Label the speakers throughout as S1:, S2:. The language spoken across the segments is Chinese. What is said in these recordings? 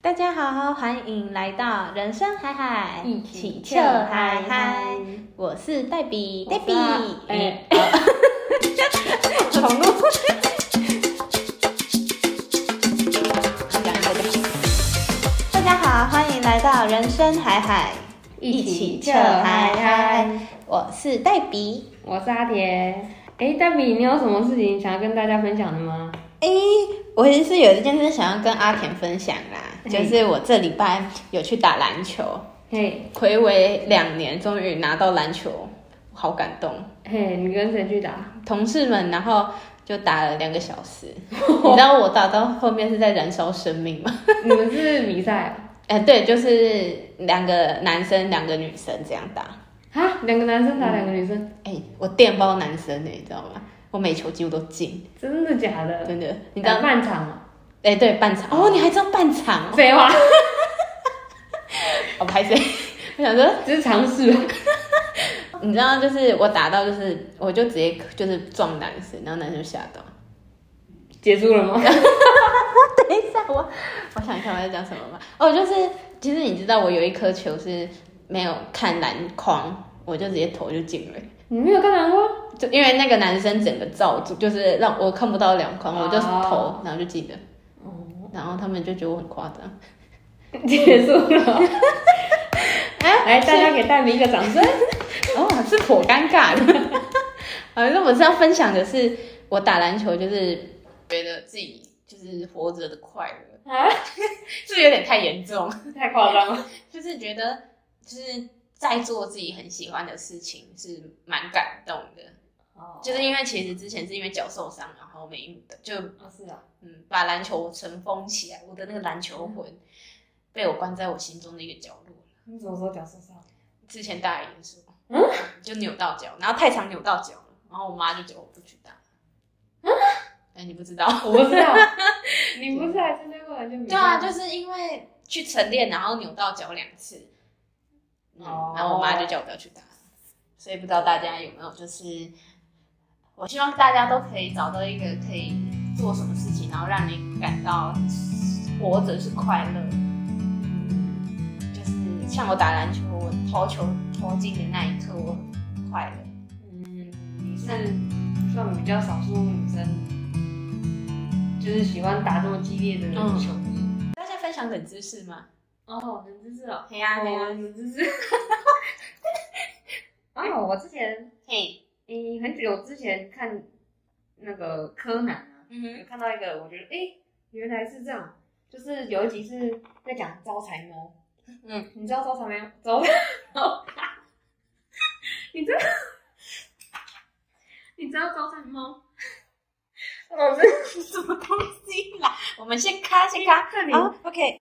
S1: 大家好，欢迎来到人生海海，
S2: 一起跳
S1: 海
S2: 海嗨
S1: 嗨。我是啊黛比，
S2: 我
S1: 黛
S2: 是
S1: 比，
S2: 哎
S1: 嗯，重录。啊大家好，欢迎来到人生海海，
S2: 一起跳
S1: 嗨
S2: 嗨
S1: 嗨
S2: 嗨。
S1: 我是黛比。
S2: 我是阿铁。哎，黛比，你有什么事情想要跟大家分享的吗？
S1: 哎、我也是有一件事想要跟阿田分享啦，
S2: 嗯
S1: 就是我这礼拜有去打篮球，
S2: 嘿，
S1: 暌违两年，终于拿到篮球，好感动。
S2: 嘿，你跟谁去 打？
S1: 同事们，然后就打了两个小 时。你知道我打到后面是在燃烧生命吗？
S2: 你们是比赛啊
S1: 哎，对，就是两个男生，两个女生这样打。
S2: 啊？两个男生打两个女生，
S1: 哎、我电包男生欸呢、你知道吗？我每球几乎都进，
S2: 真的假的？
S1: 真的。你知道
S2: 打？半场啊？
S1: 哎、对，半场。哦，你还知道半场？ 哦
S2: 废话，
S1: 我拍谁？ 我想说，
S2: 这是常识。
S1: 你知道，就是我打到，就是我就直接就是撞男生，然后男生就吓到。
S2: 结束了吗？
S1: 等一下，我我想一下我在讲什么吧。哦，就是其实你知道，我有一颗球是没有看篮筐，我就直接投就进了。
S2: 你没有干嘛过？
S1: 就因为那个男生整个罩住，就是让我看不到篮筐，我就投，
S2: 哦
S1: 然后就进了。然后他们就觉得我很夸张。
S2: 结束 了。来，大家给黛比一个掌声。
S1: 哦，是颇尴尬 的。反正我是要分享的是，我打篮球就是觉得自己就是活着的快乐，
S2: 啊，
S1: 是有点太严重。
S2: 太夸张 了。
S1: 就是觉得就是在做自己很喜欢的事情是蛮感动的，
S2: 哦
S1: 就是因为其实之前是因为脚受伤，然后没运动，就
S2: 啊，是啊，
S1: 嗯把篮球尘封起来，我的那个篮球魂被我关在我心中的一个角落。
S2: 你什么时候脚受伤？
S1: 之前大一的时候，
S2: 嗯，
S1: 就扭到脚，然后太常扭到脚了，然后我妈就叫我不去打。哎、你不知道？
S2: 我不知 道。你不是还参加过篮球比赛？
S1: 对啊，就是因为去晨练，然后扭到脚两次，嗯，
S2: 哦
S1: 然后我妈就叫我不要去打，所以不知道大家有没有就是，我希望大家都可以找到一个可以做什么事情，然后让你感到活着是快乐，就是像我打篮球，我投球投进的那一刻，我很快乐。
S2: 嗯，你是算比较少数女生，就是喜欢打这么激烈的
S1: 嗯
S2: 球的。
S1: 大家分享冷知识吗？
S2: 哦，冷知识哦，
S1: 嘿呀嘿呀
S2: 哦冷知识。 啊，我之前，
S1: 嘿，
S2: 嗯，很久之前看那个柯南啊，有
S1: 嗯
S2: 看到一个，我觉得，诶，原来是这样，就是有一集是在讲招财猫，
S1: 嗯，
S2: 你知道招财猫？招财猫，你知道？你知道招财猫？我们
S1: 哼， 什么东西啦？我们先咔先咔。
S2: 这里，
S1: 好，OK。
S2: 诶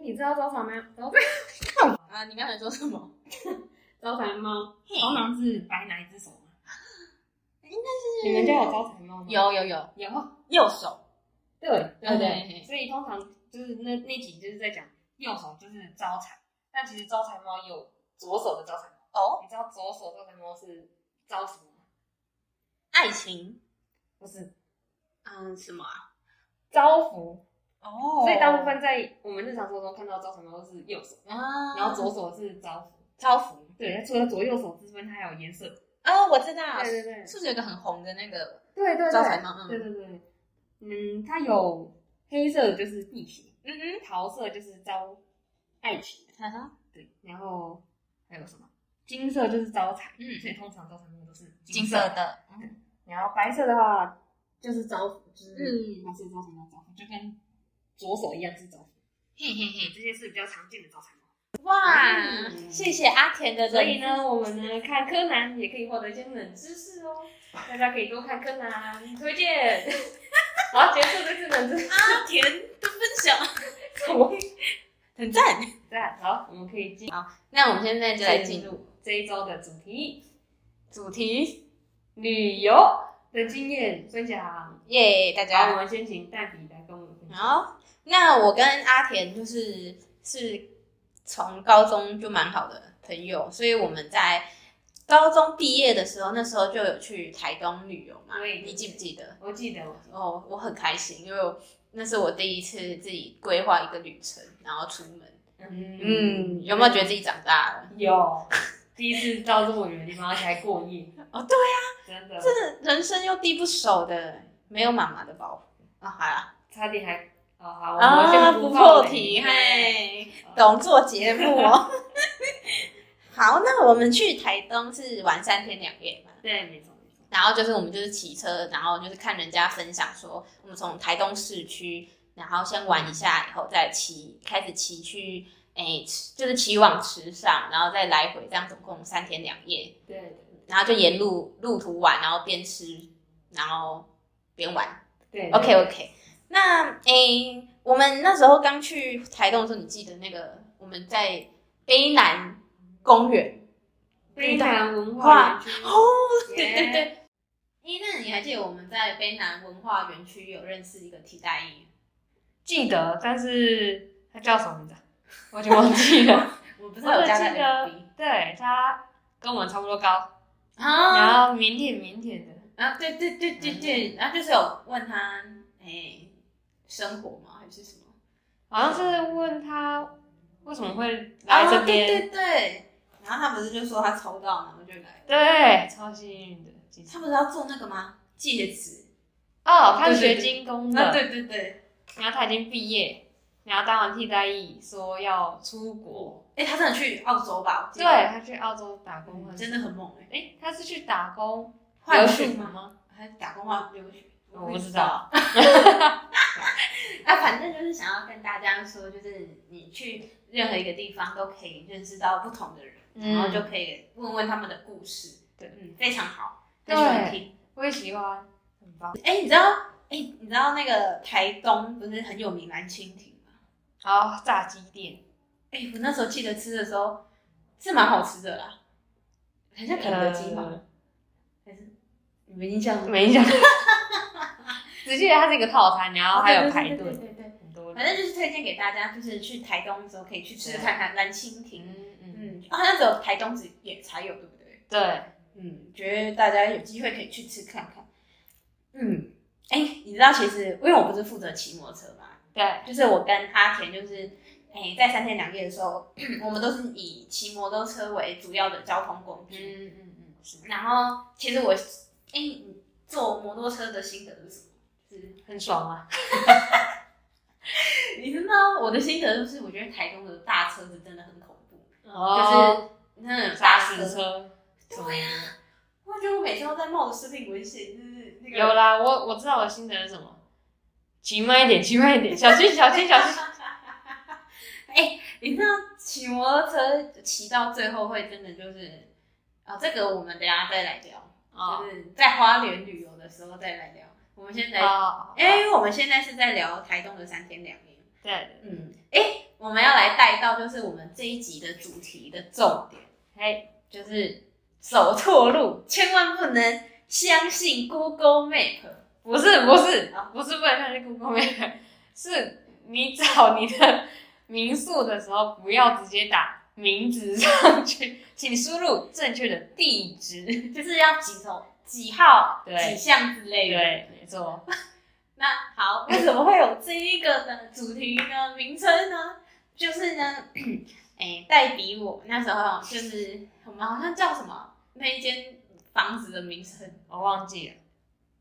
S2: 你知道招财猫？招财
S1: 啊，你刚才说什么？
S2: 招财猫，
S1: 嘿
S2: 通常是白哪一只手啊？你们家有招财猫吗？
S1: 有有有，
S2: 有，嗯
S1: 右手。
S2: 对对不
S1: 嘿嘿
S2: 对
S1: 嘿？
S2: 所以通常就是那那集就是在讲右手就是招财，但其实招财猫有左手的招财猫。
S1: 哦，
S2: 你知道左手招财猫是招什么吗？
S1: 爱情，
S2: 不是
S1: 嗯，什么啊？
S2: 招福，
S1: 哦
S2: 所以大部分在我们日常生活中看到招财猫都是右手，
S1: 啊，
S2: 然后左手是招福。
S1: 招福
S2: 对，它除了左右手之分，它还有颜色。
S1: 啊，我知道，
S2: 对对对
S1: 是不是有一个很红的那个
S2: 对对
S1: 招财猫？嗯
S2: 对对对，嗯，它有黑色就是地皮，
S1: 嗯
S2: 桃色就是招爱情，
S1: 嗯，哈哈，
S2: 对，然后还有什么？金色就是招财，
S1: 嗯
S2: 所以通常招财猫都是
S1: 金色
S2: 色。
S1: 的，
S2: 嗯然后白色的话就是招福，就是
S1: 嗯
S2: 白色招财猫招福，就跟左手一样是招福。
S1: 嘿嘿嘿，
S2: 这些是比较常见的招财猫。
S1: 哇，
S2: 嗯
S1: 谢谢阿田的，
S2: 所以，呢，我们呢看柯南也可以获得一些冷知识哦，大家可以多看柯南，推荐。好，结束这次冷知识，
S1: 阿田的分享
S2: 我
S1: 很赞。
S2: 赞。好，我们可以进
S1: 那我们现在就来进入
S2: 入这一周的主题：
S1: 主题，
S2: 旅游的经验分享。
S1: 耶，大
S2: 好，
S1: 家
S2: 我们先请黛比来跟我们分享。
S1: 好，那我跟阿田就是是从高中就蛮好的朋友，所以我们在高中毕业的时候，那时候就有去台东旅游嘛
S2: 对，
S1: 你记不记得？
S2: 我记得我
S1: 哦，我很开心，因为我那是我第一次自己规划一个旅程，然后出门。
S2: 嗯，
S1: 嗯，有没有觉得自己长大了？
S2: 有，第一次到这么远的地方，而且还过夜，
S1: 哦，对啊，
S2: 真的，
S1: 真的人生又地不熟的，没有妈妈的保护啊，好啦，
S2: 差点还，哦好，我们
S1: 啊，
S2: 先
S1: 不
S2: 爆
S1: 破题，
S2: 雷，
S1: 嘿，
S2: 好
S1: 懂做节目哦。 好，那我们去台东是玩三天两夜嘛，
S2: 对，没错没错，
S1: 然后就是我们就是骑车，然后就是看人家分享说，我们从台东市区，然后先玩一下，以后再骑开始骑去，哎、就是骑往池上，然后再来回，这样总共三天两夜，
S2: 对对
S1: 然后就沿路路途玩，然后边吃，然后边玩。
S2: 对
S1: OK OK，那诶、我们那时候刚去台东的时候，你记得那个我们在卑南公园
S2: 非常文化园区，
S1: 哦，对对对。诶、那你还记得我们在卑南文化园区有认识一个替代役？
S2: 记得，但是他叫什么名字啊？我已经忘记 了。
S1: 我不
S2: 我
S1: 是有
S2: 只
S1: 加
S2: 记
S1: 在
S2: 得
S1: FB，
S2: 对他跟我们差不多高，
S1: 啊
S2: 然后腼腆腼腆的。
S1: 啊，对对对对
S2: 嗯
S1: 对，然后就是有问他诶、生活吗还是什么？
S2: 好像是问他为什么会来这
S1: 啊对
S2: 边，
S1: 对对，然后他不是就说他抽到，然后就来。
S2: 对，超幸运的。其实
S1: 他不是要做那个吗？戒指。
S2: 哦，他是
S1: 对对
S2: 学精工
S1: 啊，
S2: 的，
S1: 对对对。
S2: 然后他已经毕业，然后当完替代役，说要出国，
S1: 哎、他真的去澳洲吧？我记
S2: 对
S1: 得
S2: 他去澳洲打工
S1: 嗯
S2: 很，
S1: 真的很猛哎、欸。
S2: 哎，他是去打工
S1: 换
S2: 留
S1: 血
S2: 学
S1: 吗？
S2: 吗？
S1: 还是打工换留学？
S2: 我不知道。 嗯
S1: 那啊反正就是想要跟大家说，就是你去任何一个地方都可以认识到不同的人，
S2: 嗯
S1: 然后就可以问问他们的故事。
S2: 对
S1: 嗯，非常好，很
S2: 对
S1: 喜欢听。
S2: 我也喜欢，很棒。
S1: 哎、你知道，哎、你知道那个台东不是很有名蓝蜻蜓吗？
S2: 好，炸鸡店。
S1: 哎、我那时候记得吃的时候是蛮好吃的啦，很像肯德基吧？
S2: 呃
S1: 还是你 没印象吗？
S2: 没印象， 只记得它是一个套餐，然后还有排
S1: 哦对对
S2: 队，
S1: 对对对
S2: 很多人。
S1: 反正就是推荐给大家，就是去台东的时候可以去吃吃看看蓝蜻蜓。
S2: 啊嗯嗯，
S1: 嗯，哦好像只有台东只也才有，对不对？
S2: 对，
S1: 嗯，觉得大家有机会可以去吃看看。嗯，哎、你知道其实因为我不是负责骑摩托车嘛，
S2: 对，
S1: 就是我跟阿田就是，哎、在三天两夜的时候， 我们都是以骑摩托车为主要的交通工具。
S2: 嗯嗯嗯，是
S1: 然后其实我，哎、你坐摩托车的心得是什么？就是
S2: 很爽啊。
S1: 你知道我的心得就是，我觉得台东的大车子真的很恐怖，
S2: 哦，
S1: 嗯就是那种
S2: 砸
S1: 大
S2: 死
S1: 车。
S2: 车，
S1: 对啊呀、我觉得我每天都在冒着生命危险，就是那个
S2: 有啦，我我知道我的心得是什么，骑慢一点，骑慢一点，小心小心小 心。
S1: 哎你知道骑摩托车骑到最后会真的就是，啊、这个我们等一下再来聊，
S2: 哦
S1: 就是在花莲旅游的时候再来聊。我们现在，哎、
S2: 哦，
S1: 因为我们现在是在聊台东的三天两夜，
S2: 对，
S1: 嗯，哎、我们要来带到就是我们这一集的主题的重点。
S2: 嘿，
S1: 就是走错路，千万不能相信 Google Map。
S2: 不
S1: 嗯
S2: 是不是
S1: 好
S2: 不是不能上去 Google Map，是你找你的民宿的时候，不要直接打名字上去，请输入正确的地址。
S1: 就是要几头几号、
S2: 对
S1: 几项之类的。
S2: 对，没错。
S1: 那好，为什么会有这一个的主题呢？名称呢？就是呢， 哎、黛比我那时候就是我们好像叫什么那一间房子的名称，
S2: 我忘记了。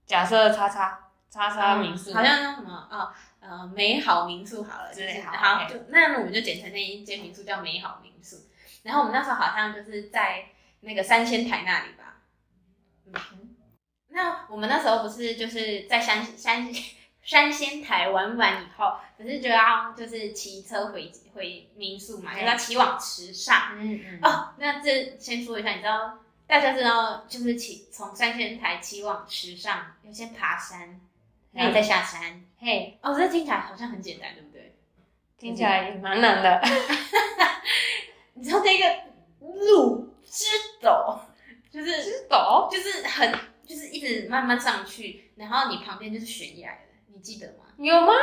S2: 假设叉叉叉叉民宿，
S1: 嗯好像叫什么哦。呃，美好民宿好了，就是
S2: 对好
S1: 好，
S2: OK
S1: 就那我们就简称那一间民宿叫美好民宿。然后我们那时候好像就是在那个三仙台那里吧，
S2: 嗯
S1: 那我们那时候不是就是在山山山仙台玩完以后，可是就要就是骑车回回民宿嘛，
S2: 对
S1: 就是要骑往池上。
S2: 嗯嗯
S1: 哦，那这先说一下，你知道大家知道就是骑从山仙台骑往池上，要先爬山，那你再下山。
S2: 嘿，
S1: 哦，这听起来好像很简单，对不对？
S2: 听起来也蛮难的。
S1: 你知道那个路之陡，就是
S2: 是抖，
S1: 就是很就是一直慢慢上去，然后你旁边就是悬崖了，你记得吗？
S2: 你有吗？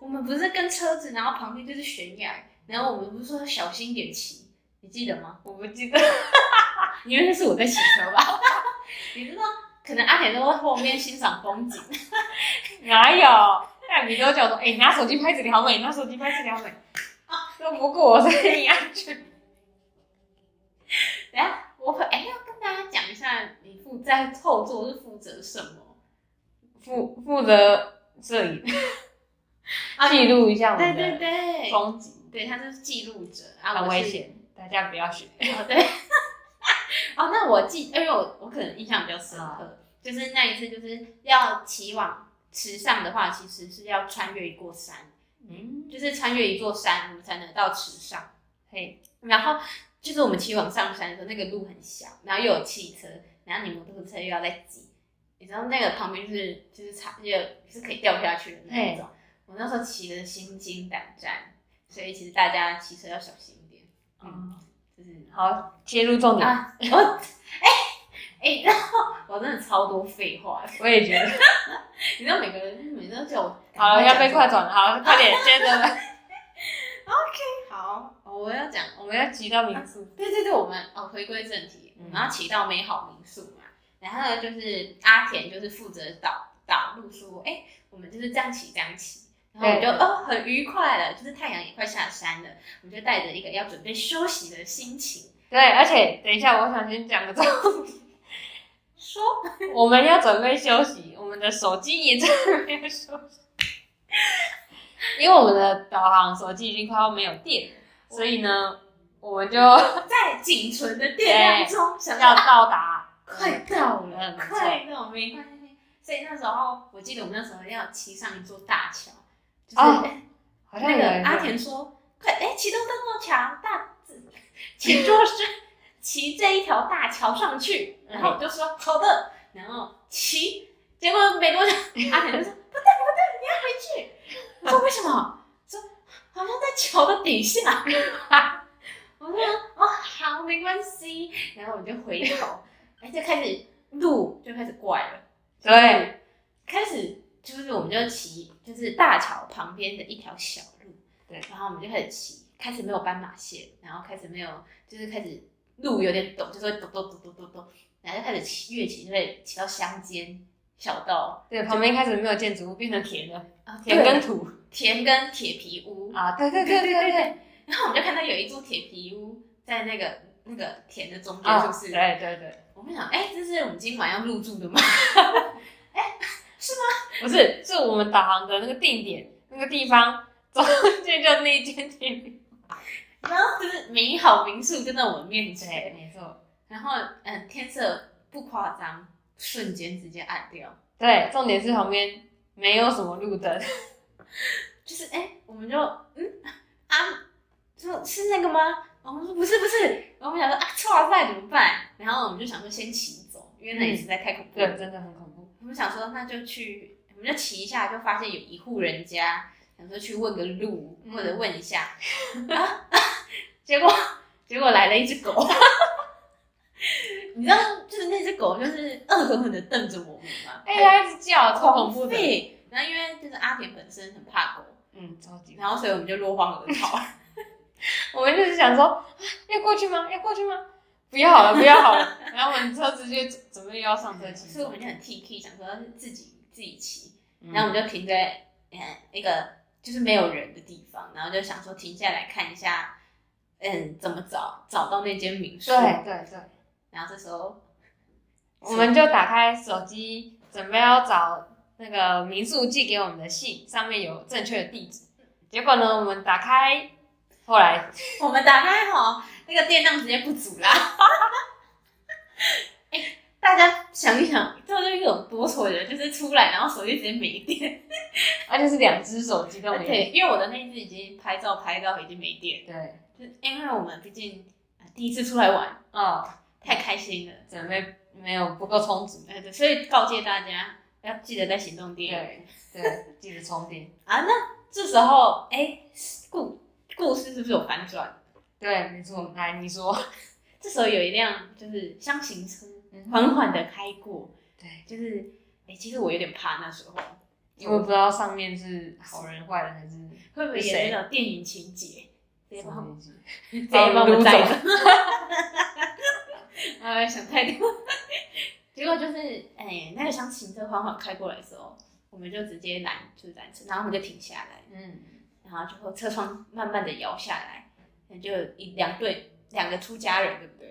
S1: 我们不是跟车子，然后旁边就是悬崖，然后我们不是说小心点骑，你记得吗？
S2: 我不记得。
S1: 因为那是我在骑车吧？你知道，可能阿铁都在后面欣赏风景，
S2: 哪有？但你都叫说，哎、拿手机拍这里好美，拿手机拍这里好美，
S1: 哦
S2: 啊，都不过我，所啊以你按去。
S1: 等一下，我哎、要跟大家讲一下，你负在后座是负责什么
S2: 负负责摄影，记录一下我
S1: 啊对
S2: 们
S1: 对
S2: 的
S1: 对，
S2: 风景，
S1: 对，他是记录者啊，
S2: 很
S1: 我
S2: 危
S1: 是
S2: 险，大家不要学。
S1: 哦，对。 哦，那我记，因为我我可能印象比较深刻，
S2: 啊
S1: 就是那一次就是要骑往池上的话，其实是要穿越一座山，
S2: 嗯，
S1: 就是穿越一座山，我们才能到池上。
S2: 嘿，
S1: 然后就是我们骑往上山的时候，那个路很小，然后又有汽车，然后你摩托车又要再挤，你知道那个旁边就是就是差就是可以掉下去的那一种。我那时候骑的心惊胆战，所以其实大家骑车要小心一点，
S2: 嗯，
S1: 就是
S2: 好，切入重点，
S1: 哦啊，我哎哎，然后我真的超多废话的，
S2: 我也觉得。
S1: 你知道每个人每个人都叫我
S2: 好了，要被快转
S1: 了。
S2: 了，好，快点，接着，
S1: 好，我要讲，
S2: 我们要骑到民宿。
S1: 对对对，我们哦回归正题，我
S2: 嗯
S1: 们要骑到美好民宿嘛，然后呢就是阿田就是负责导导路说，哎，我们就是这样骑这样骑。然后我们就
S2: 对对
S1: 哦很愉快了，就是太阳也快下山了，我们就带着一个要准备休息的心情
S2: 对，而且等一下，我想先讲个重
S1: 说，
S2: 点，我们要准备休息，我们的手机也准备休息，因为我们的导航手机已经快要没有电了，所以呢，我们就 要
S1: 在仅存的电量中，想要
S2: 到达
S1: 快到了
S2: 嗯，
S1: 快到了没关系。所以那时候，我记得我们那时候要骑上一座大桥，就是、
S2: 哦
S1: 哎
S2: 好像
S1: 那
S2: 有人
S1: 个阿
S2: 说
S1: 田说：“快，哎、骑到那座桥，大， 请坐是骑这一条大桥上去。”
S2: 嗯
S1: 然后我就说：“好的。”然后骑，结果没多久，阿田就说：“不对，不对，你要回去。”我说：“为什么？”说：“好像在桥的底下。”我说：“哦，好，没关系。”然后我就回头，哎，就开始路就开始怪了。
S2: 对，
S1: 开始就是我们就骑，就是大桥旁边的一条小路，
S2: 对，
S1: 然后我们就开始骑，开始没有斑马线，然后开始没有，就是开始路有点陡，就是会咚咚咚咚咚咚，然后就开始骑，越骑就会骑到乡间小道，
S2: 对，旁边开始没有建筑物，变成田了，
S1: 啊
S2: 田跟土
S1: 田跟铁皮屋，
S2: 啊，对对对对 对对，
S1: 然后我们就看到有一座铁皮屋在那个那个田的中间，
S2: 啊，
S1: 是不是？
S2: 对对对，
S1: 我们想，哎、这是我们今晚要入住的吗？
S2: 不是，是我们导航的那个定点那个地方中间就那一间店，
S1: 然后就是美好民宿就在我们面前。
S2: 对，没错，
S1: 然后嗯，天色不夸张，瞬间直接暗掉。
S2: 对，重点是旁边没有什么路灯，
S1: 就是哎、我们就嗯 啊，说是那个吗？然后我们说不是不是，然后我们想说啊，错了，怎么办？然后我们就想说先骑走，因为那里实在太恐怖了。
S2: 嗯对，真的很恐怖，
S1: 我们想说那就去，我们就骑一下，就发现有一户人家，想说去问个路
S2: 嗯
S1: 或者问一下， 啊啊结果结果来了一只狗。 你知道，就是那只狗，就是恶狠狠的瞪着我们嘛。
S2: 哎，它一直叫，超
S1: 好
S2: 恐怖的，
S1: 对，然后因为就是阿田本身很怕狗，
S2: 嗯，超级，
S1: 然后所以我们就落荒而逃。
S2: 我们就是想说啊要过去吗？要过去吗？不要好了，不要好了， 然后我们车子就准备要上车骑
S1: 所以我
S2: 走，
S1: 们就很 T K，想说自己自己骑，
S2: 嗯
S1: 然后我们就停在嗯一个就是没有人的地方，然后就想说停下来看一下，嗯怎么找找到那间民宿。
S2: 对对对。
S1: 然后这时候
S2: 我们就打开手机，准备要找那个民宿寄给我们的信，上面有正确的地址。结果呢，我们打开，后来
S1: 我们打开吼，那个电量直接不足啦。 哎大家想一想，这就是一种多愁的人，就是出来然后手机直接没电。
S2: 而啊且是两只手机都没有。
S1: 对，因为我的那一只已经拍照拍到已经没电，
S2: 对，
S1: 就是因为我们毕竟呃第一次出来玩，
S2: 哦，
S1: 太开心了，
S2: 准备没有不够充足。
S1: 呃，对，所以告诫大家要记得带行动电源
S2: 对对，记得充电。
S1: 啊。那这时候，哎，故故事是不是有反转？
S2: 对，没错。来，你说。
S1: 这时候有一辆就是箱型车
S2: 嗯，
S1: 缓缓的开过，
S2: 对，
S1: 就是哎，其实我有点怕那时候，
S2: 因为不知道上面是好人坏人还是
S1: 会不会
S2: 谁哦
S1: 演那种电影情节？直接
S2: 什
S1: 把
S2: 么
S1: 我们
S2: 东西。
S1: 直接把我们载啊
S2: 把我
S1: 走。 呃，想太多。结果就是，哎、那个厢型车缓缓开过来的时候，我们就直接拦就是缆车，然后我们就停下来，
S2: 嗯，
S1: 然后就车窗慢慢的摇下来，就有一两对两个出家人，对不对？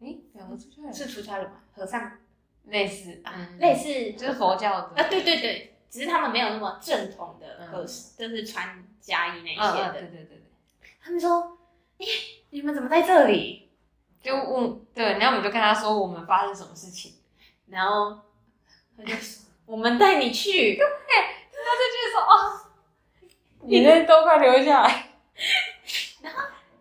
S2: 诶，两个出家人
S1: 是出家人吗？和尚
S2: 类似
S1: 啊，
S2: 嗯
S1: 类似
S2: 就是佛教的
S1: 啊，对对对，只是他们没有那么正统的
S2: 嗯
S1: 和尚，就是穿家衣那些
S2: 嗯嗯
S1: 的。
S2: 对对对对，
S1: 他们说：“哎、你们怎么在这里？”
S2: 就问对，然后我们就跟他说我们发生什么事情，
S1: 然后他就说：“我们带你去。
S2: 他就觉得说 哦，眼泪都快流下来，”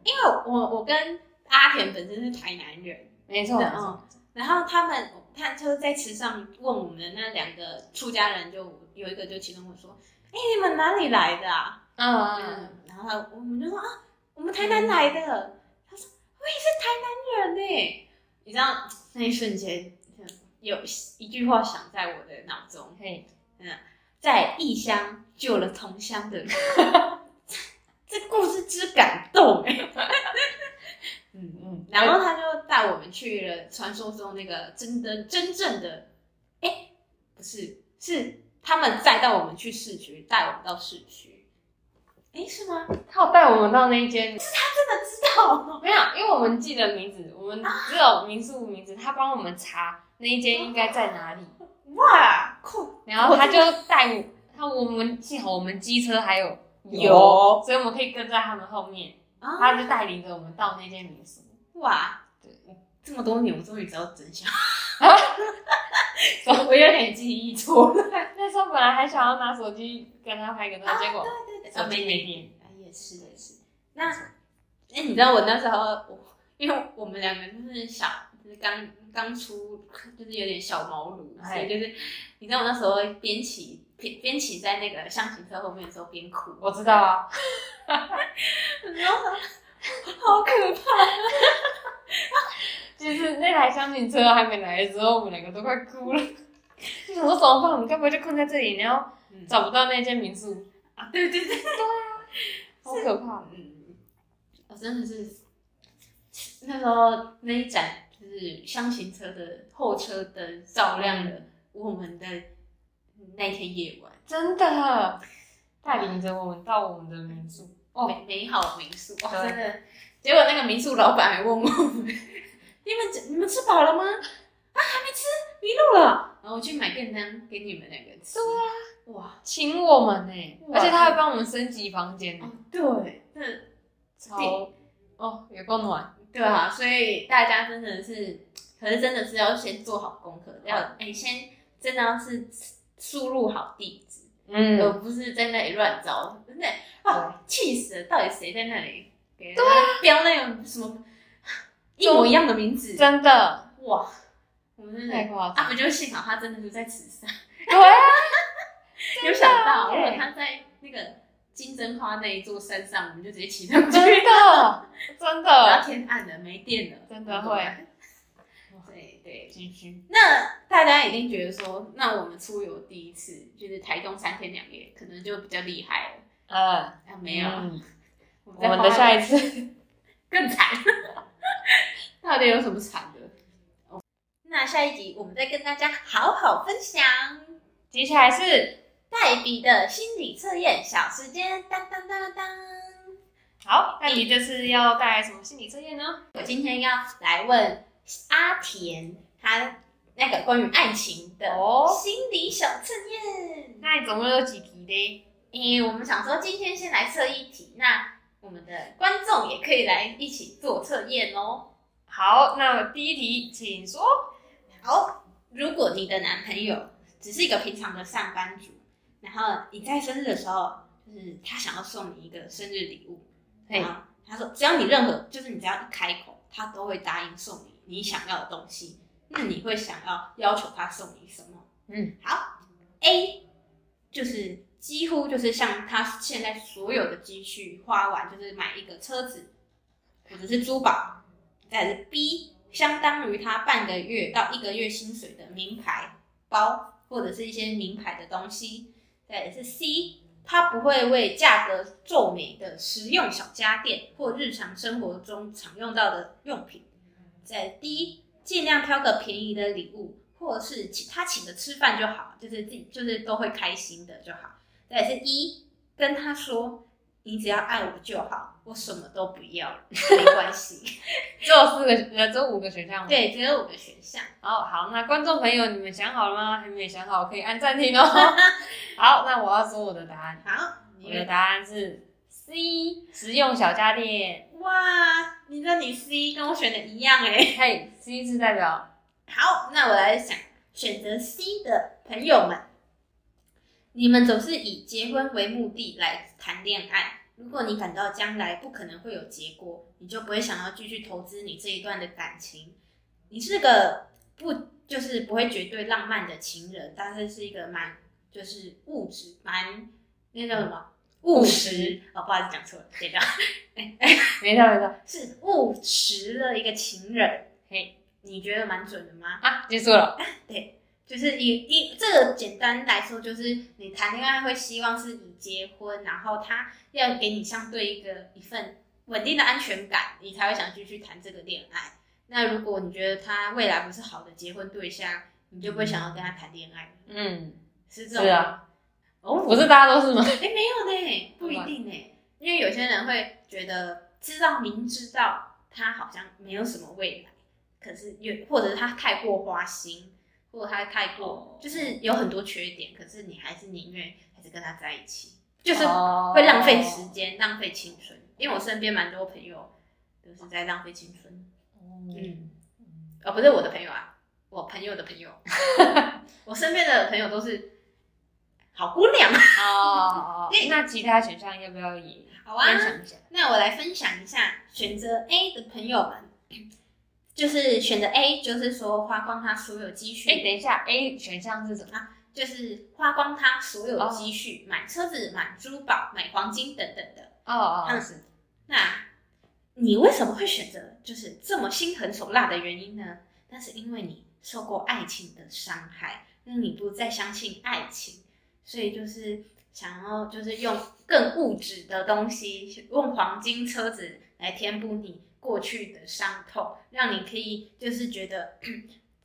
S1: 因为我我跟阿田本身是台南人，
S2: 没错，
S1: 然后然后他们他就是在池上问我们那两个出家人就，有一个就其中我说：“哎、你们哪里来的啊
S2: 嗯？”嗯，
S1: 嗯，然后他我们就说：“啊，我们台南来的。”他说：“我也是台南人呢、你知道那一瞬间有一句话响在我的脑中。
S2: 嘿，
S1: 在异乡救了同乡的人， 这故事之感动 哎、
S2: 嗯嗯，
S1: 然后他就带我们去了传说中那个真的真正的，哎、不是，是他们载到我们去市区，带我们到市区。哎、是吗？
S2: 他有带我们到那一间
S1: 知道，
S2: 没有，因为我们记得名字，我们只有民宿名字，他帮我们查那一间应该在哪里，
S1: 哇，酷！
S2: 然后他就带我，他我们幸好我们机车还有
S1: 油
S2: 所以我们可以跟在他们后面，
S1: 啊，
S2: 他就带领着我们到那间民宿，
S1: 哇
S2: 对，
S1: 这么多年我终于知道真相，
S2: 所以
S1: 我有点记忆错了。
S2: 那时候本来还想要拿手机跟他拍个照，结果手机没电，
S1: 啊，也是也是。那哎、你知道我那时候，我因为我们两个就是小，就是刚刚出，就是有点小茅庐，所
S2: 哎
S1: 以就是你知道我那时候边骑边边骑在那个象形车后面的时候边哭，
S2: 我知道啊，
S1: 好可怕。
S2: 就是那台厢型车还没来的时候，我们两个都快哭了， 就想说怎么办，我们该不会就困在这里，然后
S1: 嗯
S2: 找不到那间民宿，
S1: 啊，对对对，
S2: 好可怕，
S1: 嗯，我真的是那时候那一盏就是箱型车的后车灯照亮了我们的那天夜晚。
S2: 真的带领着我们到我们的民宿。哦，
S1: 美美好民宿，哇、
S2: 对
S1: 真的。结果那个民宿老板还问我们：“你们你们吃饱了吗？”啊，还没吃，迷路了。然后我去买便当给你们两个吃。对啊，哇，
S2: 请我们呢、
S1: 哇
S2: 而且他还帮我们升级房间呢、
S1: 哦对，那
S2: 超哦，有够暖。
S1: 对啊，所以大家真的是，可是真的是要先做好功课，要哎、先真的要是输入好地址，而
S2: 嗯，
S1: 不是在那里乱找，真的
S2: 对
S1: 啊，气死了！到底谁在那里给人家标那种什么一模一样的名字？
S2: 真的
S1: 哇，我们真
S2: 太
S1: 的，
S2: 夸张。
S1: 啊，不就幸好他真的是在慈善，
S2: 对啊，
S1: 有想到，
S2: 对
S1: 如果他在那个金针花那一座山上，我们就直接骑上去，
S2: 真的，
S1: 然
S2: 真的，
S1: 后天暗了，没电了，
S2: 真的会。
S1: 对对，
S2: 居居。
S1: 那大家一定觉得说，那我们出游第一次就是台东三天两夜，可能就比较厉害了。
S2: 嗯，
S1: 啊，没有，
S2: 嗯
S1: 我
S2: 我们的下一次，
S1: 更惨， 到底有什么惨的？哦那下一集我们再跟大家好好分享
S2: 接下来是
S1: 黛比的心理测验小时间，当当当当。
S2: 好，那你这次要带来什么心理测验呢？
S1: 我今天要来问阿田他那个关于爱情的
S2: 哦
S1: 心理小测验。
S2: 那你总共有几题嘞？
S1: 诶、我们想说今天先来测一题，那我们的观众也可以来一起做测验哦。
S2: 好，那第一题，请说。
S1: 好，如果你的男朋友只是一个平常的上班族，然后你在生日的时候，就是他想要送你一个生日礼物，
S2: 嘿
S1: 然后他说只要你任何，就是你只要一开口，他都会答应送你你想要的东西，那你会想要要求他送你什么？
S2: 嗯，
S1: 好，A 就是几乎就是像他现在所有的积蓄花完，就是买一个车子或者是珠宝，再来是 B 相当于他半个月到一个月薪水的名牌包或者是一些名牌的东西，再来是 C 它不会为价格皱眉的实用小家电或日常生活中常用到的用品。在第一，尽量挑个便宜的礼物或者是请他请的吃饭就好，就是自己就是都会开心的就好。再来是一跟他说，你只要爱我就好，我什么都不要了，没关系。
S2: 只有四个，呃，只有五个选项吗？。
S1: 对，只有五个选项。
S2: 哦，好，那观众朋友，你们想好了吗？还没想好，可以按暂 停哦。好，那我要说我的答案，
S1: 好，
S2: 我
S1: 你
S2: 的答案是 C，实用小家电。
S1: 哇，你的你 C 跟我选的一样哎、
S2: 嘿，C 是代表
S1: 好，那我来想选择 C 的朋友们，你们总是以结婚为目的来谈恋爱。如果你感到将来不可能会有结果，你就不会想要继续投资你这一段的感情。你是个不就是不会绝对浪漫的情人，但是是一个蛮就是物质蛮那叫什么务实哦，不好意思讲错了，对的，
S2: 没错没错
S1: 是务实的一个情人。
S2: 嘿，
S1: 你觉得蛮准的吗？
S2: 啊，结束了。
S1: 就是以一这个简单来说，就是你谈恋爱会希望是你结婚，然后他要给你相对一个一份稳定的安全感，你才会想继续谈这个恋爱。那如果你觉得他未来不是好的结婚对象，你就不会想要跟他谈恋爱，
S2: 嗯，
S1: 是这
S2: 是
S1: 种吗？
S2: 啊，
S1: 哦
S2: 不是大家都是吗？
S1: 哎、没有呢，不一定呢，因为有些人会觉得知道明知道他好像没有什么未来，可是又或者是他太过花心，或者他太过、
S2: 哦
S1: 就是有很多缺点，可是你还是宁愿还是跟他在一起，就是
S2: 会
S1: 会浪费时。间、浪费青春。因为我身边蛮多朋友都是在浪费青春，嗯，哦，不是我的朋友啊，我朋友的朋 友，我身边的朋友都是好姑娘，
S2: 哦，那其他选项要不要也
S1: 好啊，
S2: 分享一下？
S1: 那我来分享一下选择 A 的朋友们，就是选择 A，就是说花光他所有积蓄，
S2: 哎，等一下，A 选项是什么？
S1: 就是花光他所有积蓄，买车子、买珠宝、买黄金等等的。
S2: 哦哦，
S1: 嗯
S2: 是
S1: 那你为什么会选择就是这么心狠手辣的原因呢？那是因为你受过爱情的伤害，让你不再相信爱情，所以就是想要就是用更物质的东西，用黄金车子来填补你过去的伤痛，让你可以就是觉得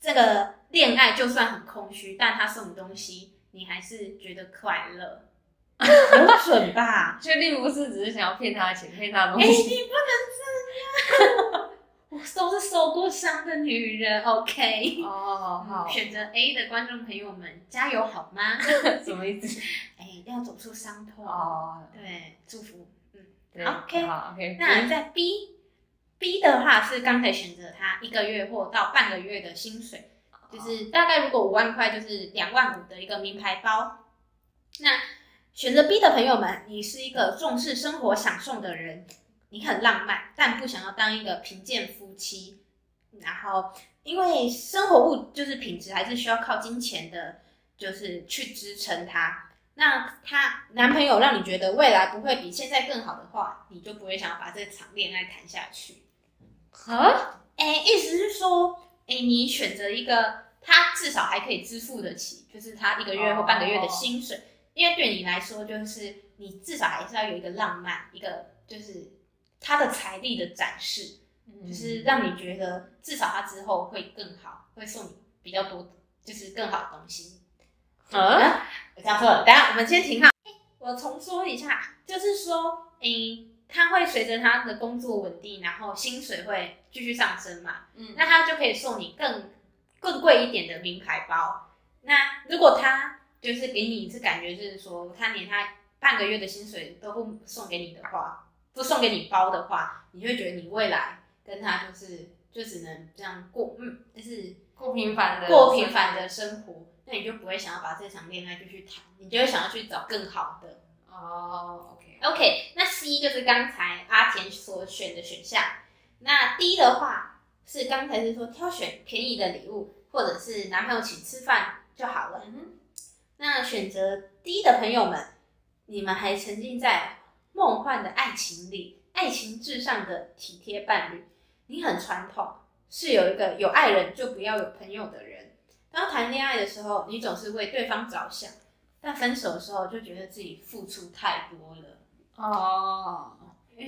S1: 这个恋爱就算很空虚，但它送你东西，你还是觉得快乐， 很准吧？
S2: 确定不是只是想要骗他的钱，骗他的东
S1: 哎、
S2: 西。
S1: 你不能这样！我都 是受过伤的女人，OK。
S2: 哦， 好，
S1: 选择 A 的观众朋友们，加油好 吗？
S2: 什么意思？
S1: 哎、要走出伤痛。
S2: 哦，
S1: 对，祝福。嗯，
S2: 对
S1: OK
S2: 好，OK。
S1: 那在 B B 的话是刚才选择他一个月或到半个月的薪水。就是大概如果五万块就是两万五的一个名牌包。那选择 B 的朋友们，你是一个重视生活享受的人，你很浪漫，但不想要当一个贫贱夫妻。然后，因为生活物就是品质还是需要靠金钱的，就是去支撑它。那她男朋友让你觉得未来不会比现在更好的话，你就不会想要把这场恋爱谈下去。
S2: 啊，
S1: 哎，意思是说，哎，你选择一个他至少还可以支付得起，就是他一个月或半个月的薪水，因为对你来说，就是你至少还是要有一个浪漫，一个就是他的财力的展示，就是让你觉得至少他之后会更好，会送你比较多，就是更好的东西。
S2: 啊，
S1: 我讲错了，等一下我们先停哈。我重说一下，就是说，诶、他会随着他的工作稳定，然后薪水会继续上升嘛，
S2: 嗯
S1: 那他就可以送你更更贵一点的名牌包。那如果他就是给你是感觉就是说，他连他半个月的薪水都不送给你的话，不送给你包的话，你就会觉得你未来跟他就是就只能这样过，嗯，就是
S2: 过平凡的，
S1: 过平凡的生活，那你就不会想要把这场恋爱继续谈，你就会想要去找更好的。
S2: 哦，OK，
S1: OK，那 C 就是刚才阿田所选的选项。那 D 的话是刚才是说挑选便宜的礼物，或者是男朋友请吃饭就好了。
S2: 嗯
S1: 那选择 D 的朋友们，你们还沉浸在梦幻的爱情里，爱情至上的体贴伴侣。你很传统，是有一个有爱人就不要有朋友的人。当谈恋爱的时候，你总是为对方着想，但分手的时候就觉得自己付出太多了。
S2: 哦，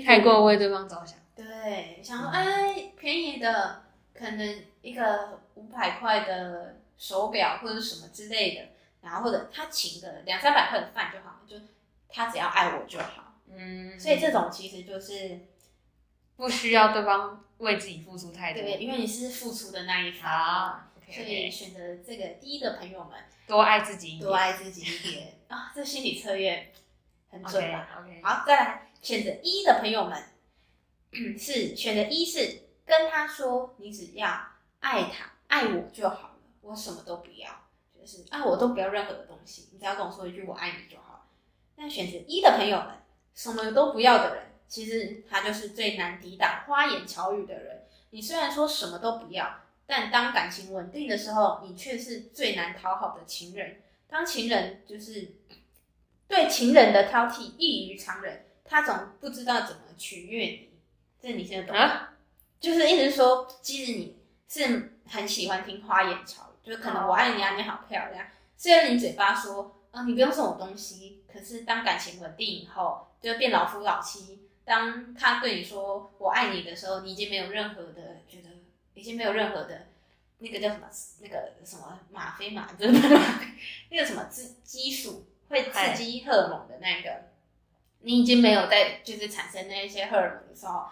S2: 太过为对方着想，
S1: 对，想说哎，便宜的可能一个五百块的手表或者什么之类的，然后或者他请个两三百块的饭就好了，就他只要爱我就好。
S2: 嗯，
S1: 所以这种其实就是
S2: 不需要对方为自己付出太多。
S1: 对，因为你是付出的那一方嘛，
S2: 好，OK，
S1: 所以选择这个第一的朋友们
S2: 多爱自己一点
S1: 多。爱自己一 点啊，这心理测验很准吧？
S2: OK，OK，啊
S1: 好，再来选择一的朋友们，嗯是选择一是跟他说，你只要爱他，爱我就好了，我什么都不要，就是啊，我都不要任何的东西，你只要跟我说一句我爱你就好了。那选择一的朋友们，什么都不要的人，其实他就是最难抵挡花言巧语的人。你虽然说什么都不要，但当感情稳定的时候，你却是最难讨好的情人。当情人就是对情人的挑剔异于常人，他总不知道怎么取悦你，这你听得懂吗？就是一直说，其实你是很喜欢听花言巧语，就是可能我爱你啊，你好漂亮。虽然你嘴巴说啊、你不用送我东西，可是当感情稳定以后，就变老夫老妻。当他对你说我爱你的时候，你已经没有任何的觉得，已经没有任何的那个叫什么那个什么吗啡嘛，就是吗啡那个什么激激素会刺激荷尔蒙的那个，你已经没有在就是产生那一些荷尔蒙的时候，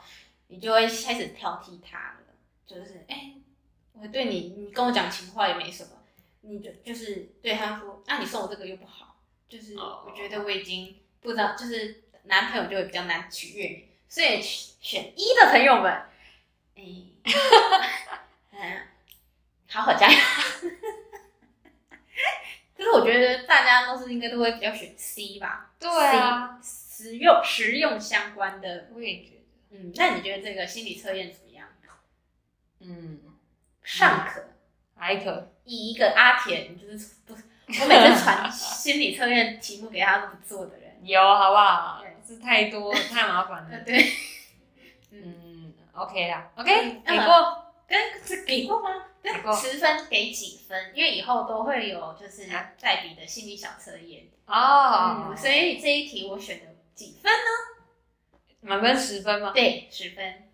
S1: 你就会开始挑剔他了，就是哎、我对你，你跟我讲情话也没什么，你就就是对他说，那、你送我这个又不好，就是
S2: 哦
S1: 我觉得我已经不知道，就是男朋友就会比较难取悦你，所以选一的朋友们，哎、嗯，好好加油。 可是我觉得大家都是应该都会比较选 C 吧，
S2: 对啊，
S1: C，实用实用相关的，
S2: 我也觉得，
S1: 嗯，那你觉得这个心理测验怎么样？
S2: 嗯，
S1: 尚可，
S2: 还可
S1: 以一个阿田，就是不，我每次传心理测验题目给他都不做的人，
S2: 有，好不好
S1: 对？
S2: 是太多太麻烦
S1: 呃，
S2: 了。
S1: 对，
S2: 嗯，OK 啦，OK，
S1: 那
S2: 给
S1: 么
S2: 过。
S1: 跟是给过吗？
S2: 给过
S1: 跟十分给几分？因为以后都会有就是代笔的心理小测验，
S2: 啊哦
S1: 嗯，，所以这一题我选的几分？
S2: 满分十分吗？
S1: 对，十分。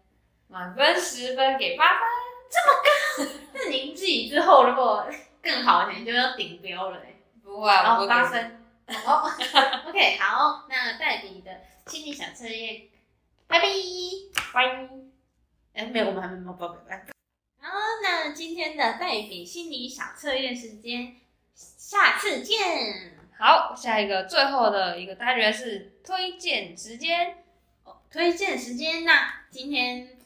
S2: 满分十分给八分。
S1: 那您自己之后如果更好一点，就要顶标了、欸。
S2: 不会啊，我
S1: 哦，
S2: 不
S1: 八
S2: 会给。
S1: 分。哦，OK，好，那代笔的心理小测验，拜拜。
S2: 拜。
S1: 哎，没有，我们还没有报表拜。好，那今天的代笔心理小测验时间，下次见。
S2: 好，下一个最后的一个单元是推荐时间。
S1: 哦推荐时间，那今天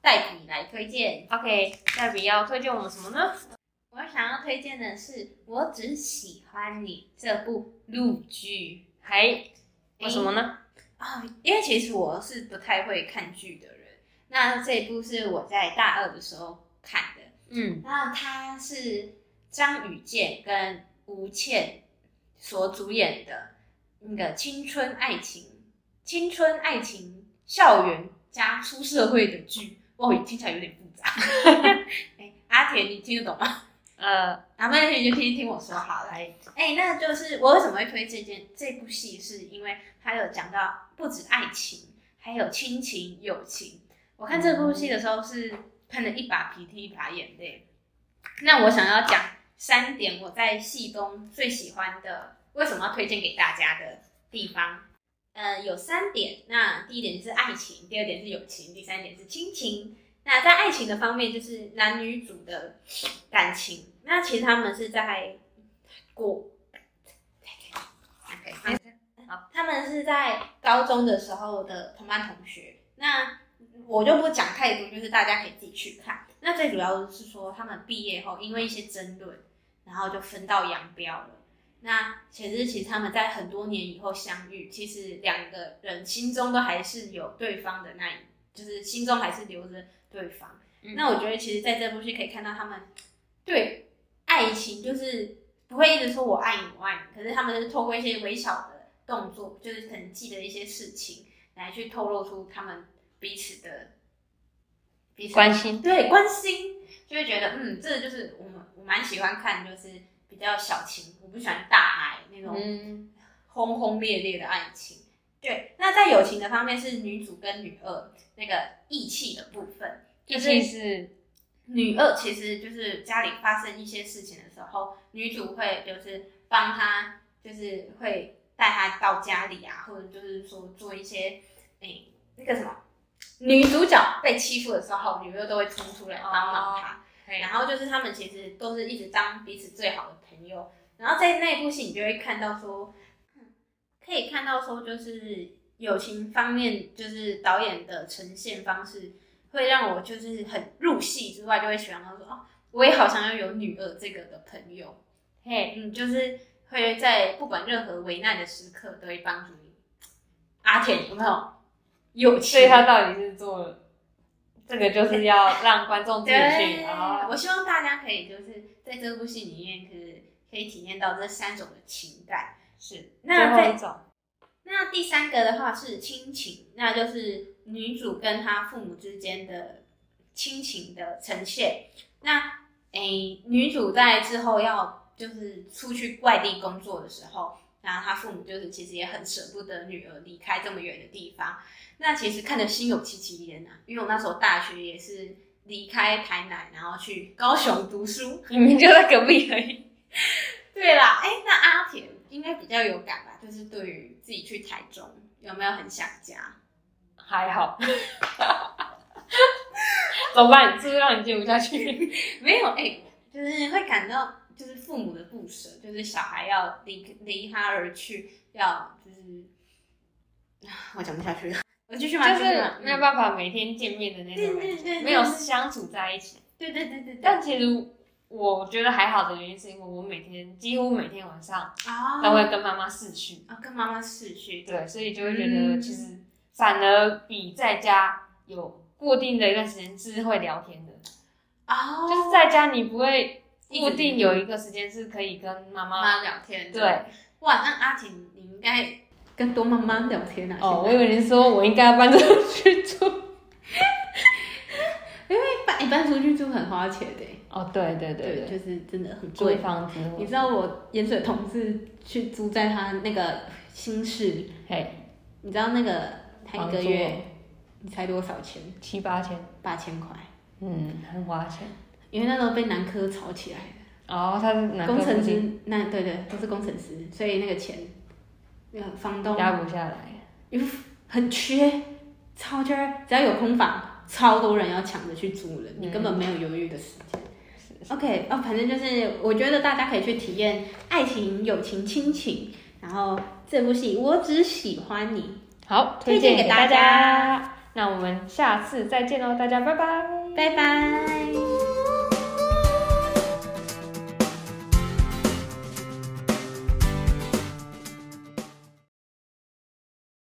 S1: 代笔来推荐。
S2: OK，黛比要推荐我们什么呢？
S1: 我想要推荐的是《我只喜欢你》这部陆剧
S2: 还为什么呢？
S1: 啊、因为其实我是不太会看剧的人。那这一部是我在大二的时候看的，
S2: 嗯，
S1: 那他是张雨健跟吴倩所主演的那个青春爱情、青春爱情校园加出社会的剧，哇，听起来有点复杂。哎阿田，你听得懂吗？
S2: 呃，
S1: 阿妹，你就听听我说好了。
S2: 来，
S1: 哎、那就是我为什么会推这件这部戏，是因为它有讲到不止爱情，还有亲情、友情。我看这部戏的时候是喷了一把鼻涕一把眼泪。那我想要讲三点我在戏中最喜欢的，为什么要推荐给大家的地方。呃，有三点。那第一点是爱情，第二点是友情，第三点是亲情。那在爱情的方面，就是男女主的感情。那其实他们是在国，他们是在高中的时候的同班同学。那我就不讲太多，就是大家可以自己去看。那最主要是说，他们毕业后因为一些争论，然后就分道扬镳了。那其实，其实他们在很多年以后相遇，其实两个人心中都还是有对方的那一，就是心中还是留着对方。
S2: 嗯
S1: 那我觉得，其实在这部戏可以看到他们对爱情，就是不会一直说我爱你，我爱你，可是他们是透过一些微小的动作，就是可能记得一些事情，来去透露出他们彼此的彼此的
S2: 关心
S1: 对关心，就会觉得嗯，这就是我们我蛮喜欢看，就是比较小情，我不喜欢大爱那种
S2: 嗯，
S1: 轰轰烈烈的爱情。对，那在友情的方面是女主跟女二那个义气的部分，
S2: 一起是
S1: 女二其实就是家里发生一些事情的时候，女主会就是帮她，就是会带她到家里啊，或者就是说做一些，哎、那个什么，女主角被欺负的时候，女二都会冲出来帮忙她。然后就是他们其实都是一直当彼此最好的朋友。然后在那部戏，你就会看到说，可以看到说，就是友情方面，就是导演的呈现方式，会让我就是很入戏之外，就会喜欢到说，哦，我也好想要有女二这个的朋友。嘿，嗯，就是会在不管任何危难的时刻，都会帮助你。阿田有没有？友情
S2: 所以他到底是做了这个，就是要让观众自己去，哦然后
S1: 我希望大家可以就是在这部戏里面，就是可以体验到这三种的情感。
S2: 是
S1: 那
S2: 最后
S1: 在
S2: 一种
S1: 那第三个的话是亲情，那就是女主跟她父母之间的亲情的呈现。那诶、女主在之后要就是出去外地工作的时候，然后她父母就是其实也很舍不得女儿离开这么远的地方。那其实看得心有戚戚焉啊，因为我那时候大学也是离开台南，然后去高雄读书。
S2: 你们就在隔壁而已。
S1: 对啦，哎、那阿田应该比较有感吧，就是对于自己去台中有没有很想家？
S2: 还好， 怎么办？是不是让你接不下去？
S1: 没有，哎、就是会感到就是父母的不舍，就是小孩要离离他而去，要就是，啊我讲不下去了，我继续吗？
S2: 就
S1: 继续吗
S2: 是没有办法每天见面的那
S1: 对
S2: 种
S1: 对
S2: 感
S1: 对对，
S2: 觉，没有相处在一起。
S1: 对对对对对，
S2: 但其实我觉得还好的原因是因为我每天几乎每天晚上
S1: 啊，
S2: 都会跟妈妈视讯，
S1: 啊跟妈妈视讯，
S2: 对，所以就会觉
S1: 嗯
S2: 得其实反而比在家有固定的一段时间是会聊天的，
S1: 啊，
S2: 就是在家你不会
S1: 一直
S2: 固定有一个时间是可以跟哦妈
S1: 妈
S2: 妈。
S1: 妈聊天，
S2: 对，
S1: 哇，那阿婷你应该跟多妈妈聊天啊，
S2: 哦，我
S1: 现
S2: 以
S1: 在
S2: 为你说我应该要搬出去 住。
S1: 搬你搬出去住很花钱的、
S2: 哦，对对对对，
S1: 就是真的很
S2: 租房子，
S1: 你知道我盐水同事去租在他那个新市，
S2: 嘿，
S1: 你知道那个他一个
S2: 房
S1: 月，你猜多少钱？
S2: 七八千，
S1: 八千块，
S2: 嗯，很花钱。
S1: 因为那时候被南科炒起来的，
S2: 哦，他是哪个
S1: 工程
S2: 附近
S1: 师，那对对都是工程师，所以那个钱，那个房东
S2: 压不下来，
S1: 很缺，超缺，只要有空房，超多人要抢着去租
S2: 嗯
S1: 了，你根本没有犹豫的时间。OK，哦，反正就是我觉得大家可以去体验爱情、友情、亲情，然后这部戏我只喜欢你。
S2: 好，
S1: 推
S2: 推
S1: 荐
S2: 荐
S1: 给
S2: 给
S1: 大
S2: 大家。那我们下次再见喽，大家拜拜。
S1: 拜拜。